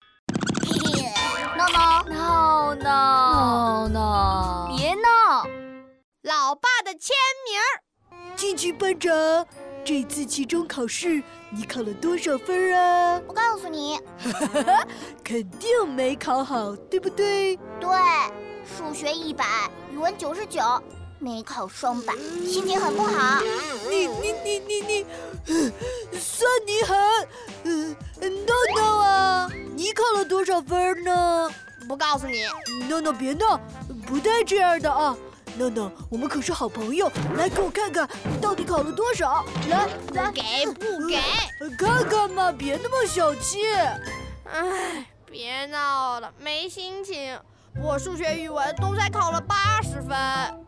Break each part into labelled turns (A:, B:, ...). A: 哦
B: 嗯机器班长，这次期中考试你考了多少分啊？
A: 我告诉你，
B: 肯定没考好，对不对？
A: 对，数学一百，语文九十九，没考双百，心情很不好。
B: 你
C: 嗯
B: 你你你你，呃算你狠！呃，闹闹啊，你考了多少分呢？
A: 不告诉你，
B: 闹闹别闹，不带这样的啊！闹闹，我们可是好朋友，来给我看看你到底考了多少？来来，
C: 给不给？
B: 呃看看嘛，别那么小气。
C: 唉，别闹了，没心情。我数学、语文都才考了八十分，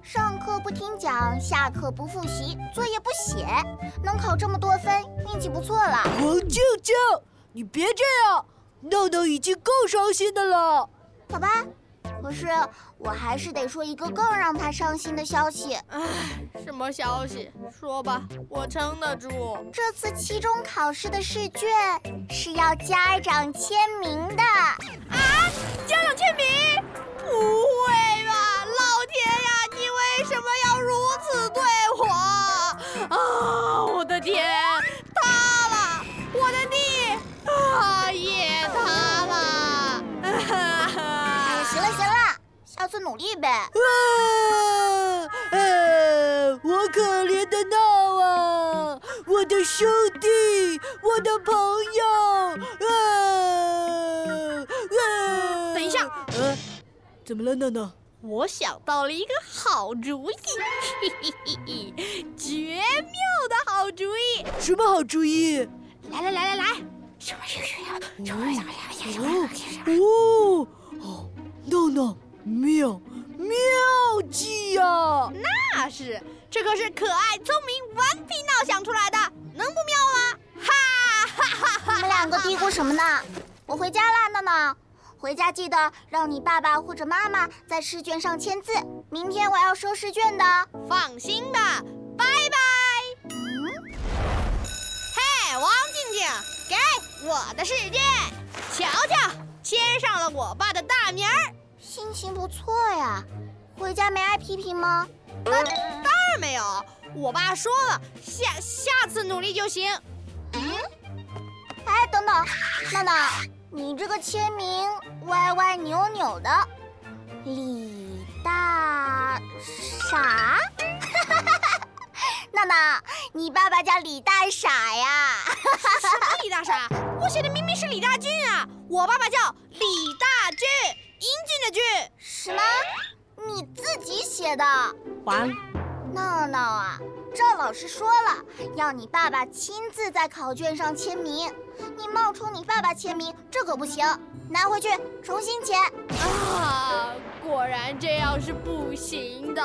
A: 上课不听讲，下课不复习，作业不写，能考这么多分，运气不错了。
B: 王静静，你别这样，闹闹已经够伤心的了。
A: 好吧，可是我还是得说一个更让他伤心的消息。
C: 什么消息？说吧，我撑得住。
A: 这次期中考试的试卷是要家长签名的。
C: 家长签名？不会吧，老天呀，你为什么要如此对我？啊，我的天，塌了，我的地啊也塌了。
A: 哎，行了行了，下次努力呗。
B: 啊！呃，我可怜的闹啊，我的兄弟，我的朋友，呃啊啊！
C: 嗯等一下
B: 呃，怎么了，闹闹？
C: 我想到了一个好主意，嘿嘿嘿嘿，绝妙的好主意！
B: 什么好主意？
C: 来来来来来，
B: 哦哦，闹闹，妙妙计呀、
C: 那啊是，这可是可爱、聪明、顽皮闹想出来的，能不妙吗？哈哈哈哈！
A: 你们两个嘀咕什么呢？我回家啦，闹闹。回家记得让你爸爸或者妈妈在试卷上签字。明天我要收试卷的。
C: 放心吧，拜拜。嘿，王静静，给我的试卷，瞧瞧，签上了我爸的大名儿。
A: 心情不错呀，回家没挨批评吗？
C: 当然没有，我爸说了，下下次努力就行。
A: 哎，等等，闹闹，你这个签名歪歪扭扭的，李大傻。 闹闹，你爸爸叫李大傻呀？
C: 什么李大傻？我写的明明是李大俊啊！我爸爸叫李大俊，英俊的俊。
A: 什么？你自己写的？
C: 完
A: 闹闹啊，赵老师说了，要你爸爸亲自在考卷上签名，你冒充你爸爸签名，这可不行，拿回去重新签。
C: 啊！果然这样是不行的。